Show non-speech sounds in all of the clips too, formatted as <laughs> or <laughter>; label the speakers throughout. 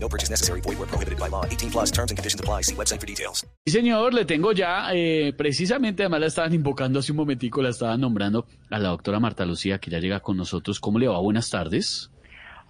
Speaker 1: No purchase necessary. Void where prohibited by law. 18 plus terms and conditions apply. See website for details.
Speaker 2: Sí, señor, le tengo ya, eh, precisamente, además la estaban invocando hace un momentico, la estaban nombrando a la doctora Marta Lucía, que ya llega con nosotros. ¿Cómo le va? Buenas tardes.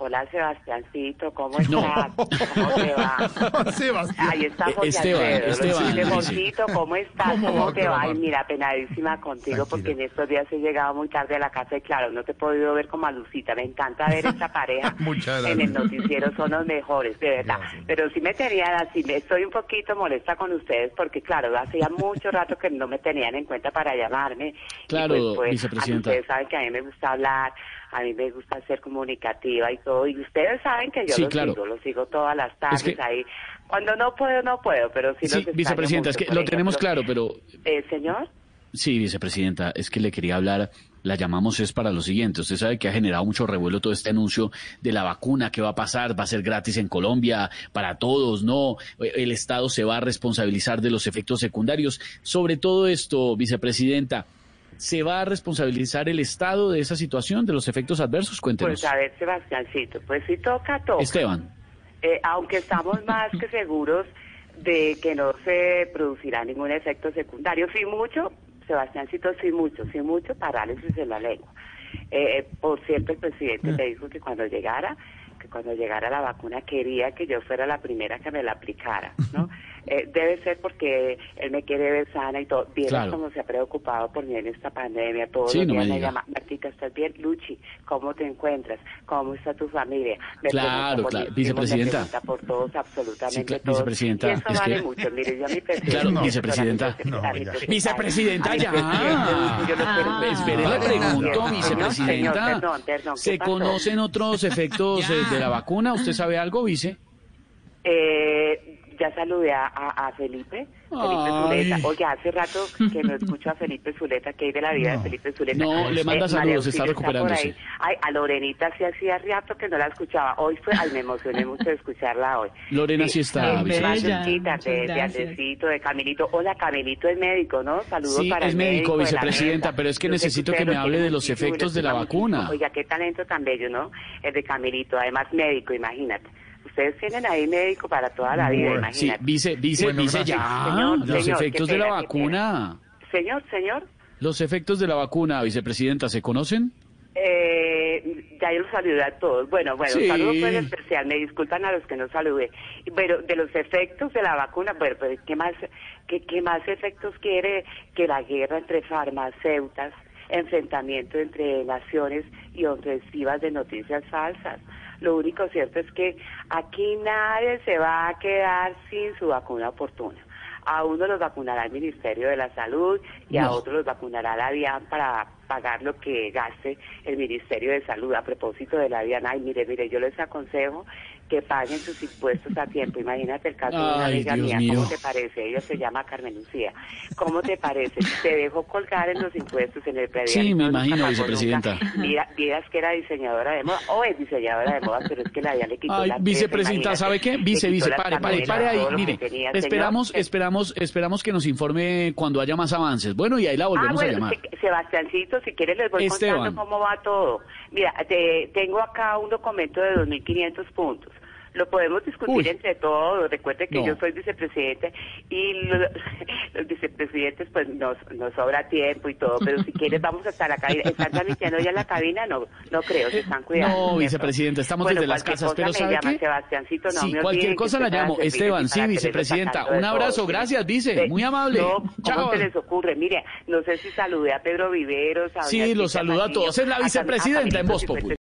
Speaker 3: Hola Sebastiancito, ¿cómo estás? ¿Cómo te va?
Speaker 4: Sebastián.
Speaker 3: Ahí está Jorge
Speaker 2: Eh, Esteban,
Speaker 3: Alfredo.
Speaker 2: Esteban,
Speaker 3: Jorge,
Speaker 2: dice.
Speaker 3: Jorgito, ¿cómo estás?
Speaker 4: ¿Cómo
Speaker 3: ¿Cómo,
Speaker 4: va,
Speaker 3: te va?
Speaker 4: Clara?
Speaker 3: Ay, mira, penadísima contigo porque en estos días he llegado muy tarde a la casa y claro, no te he podido ver como a Lucita. Me encanta ver
Speaker 4: <laughs>
Speaker 3: esta pareja
Speaker 4: Muchas
Speaker 3: en el
Speaker 4: gracias.
Speaker 3: noticiero, son los mejores, de verdad.
Speaker 4: Gracias.
Speaker 3: Pero sí me tenían así, me estoy un poquito molesta con ustedes porque claro, hacía mucho rato que no me tenían en cuenta para llamarme. Y,
Speaker 2: Claro,
Speaker 3: a
Speaker 2: vicepresidenta.
Speaker 3: ustedes saben que a mí me gusta hablar, a mí me gusta ser comunicativa y todo, y ustedes saben que yo
Speaker 2: Sí,
Speaker 3: los
Speaker 2: claro.
Speaker 3: sigo, los sigo todas las tardes
Speaker 2: que-
Speaker 3: ahí. Cuando no puedo, no puedo, pero sí, los
Speaker 2: Sí,
Speaker 3: extraño
Speaker 2: vicepresidenta, es que
Speaker 3: mucho, por
Speaker 2: lo tenemos
Speaker 3: ejemplo.
Speaker 2: claro, pero
Speaker 3: Eh, señor,
Speaker 2: Sí, vicepresidenta, es que le quería hablar, la llamamos es para lo siguiente. Usted sabe que ha generado mucho revuelo todo este anuncio de la vacuna, qué va a pasar, va a ser gratis en Colombia, para todos, no, E-, el Estado se va a responsabilizar de los efectos secundarios. Sobre todo esto, vicepresidenta, ¿se va a responsabilizar el Estado de esa situación, de los efectos adversos? Cuéntenos.
Speaker 3: pues a ver, Sebastiancito, pues sí toca, toca.
Speaker 2: Esteban.
Speaker 3: Eh, aunque estamos más que seguros de que no se producirá ningún efecto secundario, sí mucho, Sebastiáncito, sí mucho, sí mucho, parálisis en la lengua. Eh, por cierto, el
Speaker 2: Mm.
Speaker 3: presidente me dijo que cuando llegara, que cuando llegara la vacuna quería que yo fuera la primera que me la aplicara,
Speaker 2: <laughs>
Speaker 3: ¿no? Eh, debe ser porque él me quiere ver sana y todo. Vieras
Speaker 2: Claro.
Speaker 3: cómo se ha preocupado por mí en esta pandemia, todos
Speaker 2: Sí,
Speaker 3: los
Speaker 2: no me
Speaker 3: días me
Speaker 2: diga.
Speaker 3: llama, Martica, ¿estás bien? Luchi, ¿cómo te encuentras? ¿Cómo está tu familia? Me
Speaker 2: Claro,
Speaker 3: pregunta por
Speaker 2: claro.
Speaker 3: mis primos, me
Speaker 2: Vicepresidenta.
Speaker 3: pregunta por todos, absolutamente
Speaker 2: Sí, claro,
Speaker 3: todos.
Speaker 2: vicepresidenta,
Speaker 3: Y eso
Speaker 2: es
Speaker 3: vale
Speaker 2: que-
Speaker 3: mucho. Mire, yo a mi presidente.
Speaker 2: Claro,
Speaker 3: yo
Speaker 2: vicepresidenta.
Speaker 3: a mi
Speaker 4: No,
Speaker 3: secretaria,
Speaker 4: ya.
Speaker 3: a mi <laughs>
Speaker 2: Vicepresidenta,
Speaker 3: secretaria,
Speaker 2: ya.
Speaker 3: a mi presidente, yo no quiero
Speaker 5: Ah.
Speaker 3: ser-
Speaker 2: Espere,
Speaker 4: No
Speaker 2: le
Speaker 4: le
Speaker 2: pregunto,
Speaker 4: nada.
Speaker 2: vicepresidenta.
Speaker 3: Señor, perdón, perdón, ¿qué
Speaker 2: ¿Se
Speaker 3: pasó?
Speaker 2: conocen otros efectos eh, de la vacuna? ¿Usted sabe algo, vice?
Speaker 3: Eh, ya saludé a, a- a Felipe. Felipe
Speaker 2: Ay.
Speaker 3: Zuleta. Oye, hace rato que no escucho a Felipe Zuleta, que hay de la vida de Felipe Zuleta. Eh,
Speaker 2: No, le manda
Speaker 3: María
Speaker 2: saludos, está
Speaker 3: Auxilio por
Speaker 2: recuperándose.
Speaker 3: ahí. Ay, a Lorenita sí hacía rato que no la escuchaba. Hoy fue, ay, me emocioné mucho de escucharla hoy.
Speaker 2: Lorena sí está,
Speaker 6: Ay,
Speaker 2: vice.
Speaker 6: bella.
Speaker 3: Mayoncita,
Speaker 6: muchas
Speaker 3: de, de
Speaker 6: gracias.
Speaker 3: Andresito, de Camilito. Hola, Camilito es médico, ¿no? Saludos
Speaker 2: Sí,
Speaker 3: para
Speaker 2: es
Speaker 3: el
Speaker 2: médico,
Speaker 3: de la
Speaker 2: vicepresidenta,
Speaker 3: mesa.
Speaker 2: pero es que
Speaker 3: Yo sé
Speaker 2: necesito
Speaker 3: ustedes
Speaker 2: que me
Speaker 3: lo
Speaker 2: hable
Speaker 3: quieren
Speaker 2: de los
Speaker 3: muchísimo y
Speaker 2: efectos de la
Speaker 3: estiman muchísimo.
Speaker 2: vacuna.
Speaker 3: Oiga, qué talento tan bello, ¿no? El de Camilito, además médico, imagínate. Ustedes tienen ahí médico para toda la vida,
Speaker 4: Bueno,
Speaker 2: Sí,
Speaker 3: imagínate.
Speaker 2: vice, vice,
Speaker 4: Bueno,
Speaker 2: vice
Speaker 4: gracias.
Speaker 2: ya.
Speaker 3: Señor,
Speaker 2: los
Speaker 3: señor,
Speaker 2: efectos
Speaker 3: qué
Speaker 2: de la
Speaker 3: pena, qué
Speaker 2: vacuna.
Speaker 3: Señor, señor,
Speaker 2: Los efectos de la vacuna, vicepresidenta, ¿se conocen?
Speaker 3: eh, ya yo los saludé a todos. Bueno, bueno,
Speaker 2: Sí.
Speaker 3: saludos saludo pues especial. Me disculpan a los que no saludé. Pero de los efectos de la vacuna, bueno, pues, ¿qué más, qué, qué más efectos quiere que la guerra entre farmacéutas, enfrentamiento entre naciones y ofensivas de noticias falsas? Lo único cierto es que aquí nadie se va a quedar sin su vacuna oportuna. A uno los vacunará el Ministerio de la Salud y a
Speaker 2: No.
Speaker 3: otros los vacunará la DIAN para pagar lo que gaste el Ministerio de Salud. A propósito de la DIAN, ay, mire, mire, yo les aconsejo que paguen sus impuestos a tiempo. Imagínate el caso de una
Speaker 2: Ay,
Speaker 3: amiga
Speaker 2: Dios
Speaker 3: mía,
Speaker 2: mío.
Speaker 3: ¿cómo te parece? Ella se llama Carmen Lucía. ¿Cómo te parece? Te dejó colgar en los impuestos en el predial.
Speaker 2: Sí, me
Speaker 3: No,
Speaker 2: imagino,
Speaker 3: nunca pagó
Speaker 2: vicepresidenta.
Speaker 3: nunca. Mira, vieras que era diseñadora de moda, o es diseñadora de moda, pero es que la DIAN le quitó
Speaker 2: Ay,
Speaker 3: las tres,
Speaker 2: vicepresidenta,
Speaker 3: imagínate.
Speaker 2: ¿sabe qué?
Speaker 3: Le
Speaker 2: Vice,
Speaker 3: quitó
Speaker 2: vice,
Speaker 3: las
Speaker 2: pare, pare,
Speaker 3: camisetas,
Speaker 2: pare ahí.
Speaker 3: todo lo que
Speaker 2: Mire,
Speaker 3: tenía, señor.
Speaker 2: esperamos,
Speaker 3: Eh,
Speaker 2: esperamos, esperamos que nos informe cuando haya más avances. Bueno, y ahí la
Speaker 3: Ah,
Speaker 2: volvemos a
Speaker 3: bueno,
Speaker 2: llamar.
Speaker 3: si- Sebastiancito, si quieres les voy
Speaker 2: Esteban.
Speaker 3: contando cómo va todo. Mira, te- tengo acá un documento de 2.500 puntos. Lo podemos discutir
Speaker 2: Uy.
Speaker 3: entre todos. Recuerde que
Speaker 2: No.
Speaker 3: yo soy vicepresidente y lo- <laughs> los vicepresidentes, pues nos, nos sobra tiempo y todo. Pero si quieres, vamos hasta la cabina. ¿Están transmitiendo ya en la cabina? No, no creo, se están cuidando.
Speaker 2: No,
Speaker 3: ¿cierto?
Speaker 2: vicepresidenta, estamos
Speaker 3: Bueno,
Speaker 2: desde las
Speaker 3: cualquier
Speaker 2: casas,
Speaker 3: cosa
Speaker 2: pero
Speaker 3: me
Speaker 2: ¿sabe
Speaker 3: llaman,
Speaker 2: qué?
Speaker 3: Sebastiancito, no
Speaker 2: Sí,
Speaker 3: me
Speaker 2: cualquier
Speaker 3: olviden que
Speaker 2: cosa la
Speaker 3: estoy para
Speaker 2: llamo.
Speaker 3: servirles y
Speaker 2: Esteban, sí,
Speaker 3: para tenerlos al
Speaker 2: vicepresidenta,
Speaker 3: tanto de
Speaker 2: un abrazo,
Speaker 3: todo, ¿sí?
Speaker 2: gracias, dice, muy amable.
Speaker 3: No, ¿cómo
Speaker 2: Chao.
Speaker 3: se les ocurre? Mire, no sé si saludé a Pedro Viveros. A
Speaker 2: Sí,
Speaker 3: doña
Speaker 2: los
Speaker 3: Cintia
Speaker 2: saludo a
Speaker 3: Castillo,
Speaker 2: todos. Es la
Speaker 3: a Cam- a
Speaker 2: vicepresidenta en
Speaker 3: Camilo
Speaker 2: Voz
Speaker 3: Cifuentes
Speaker 2: Populi.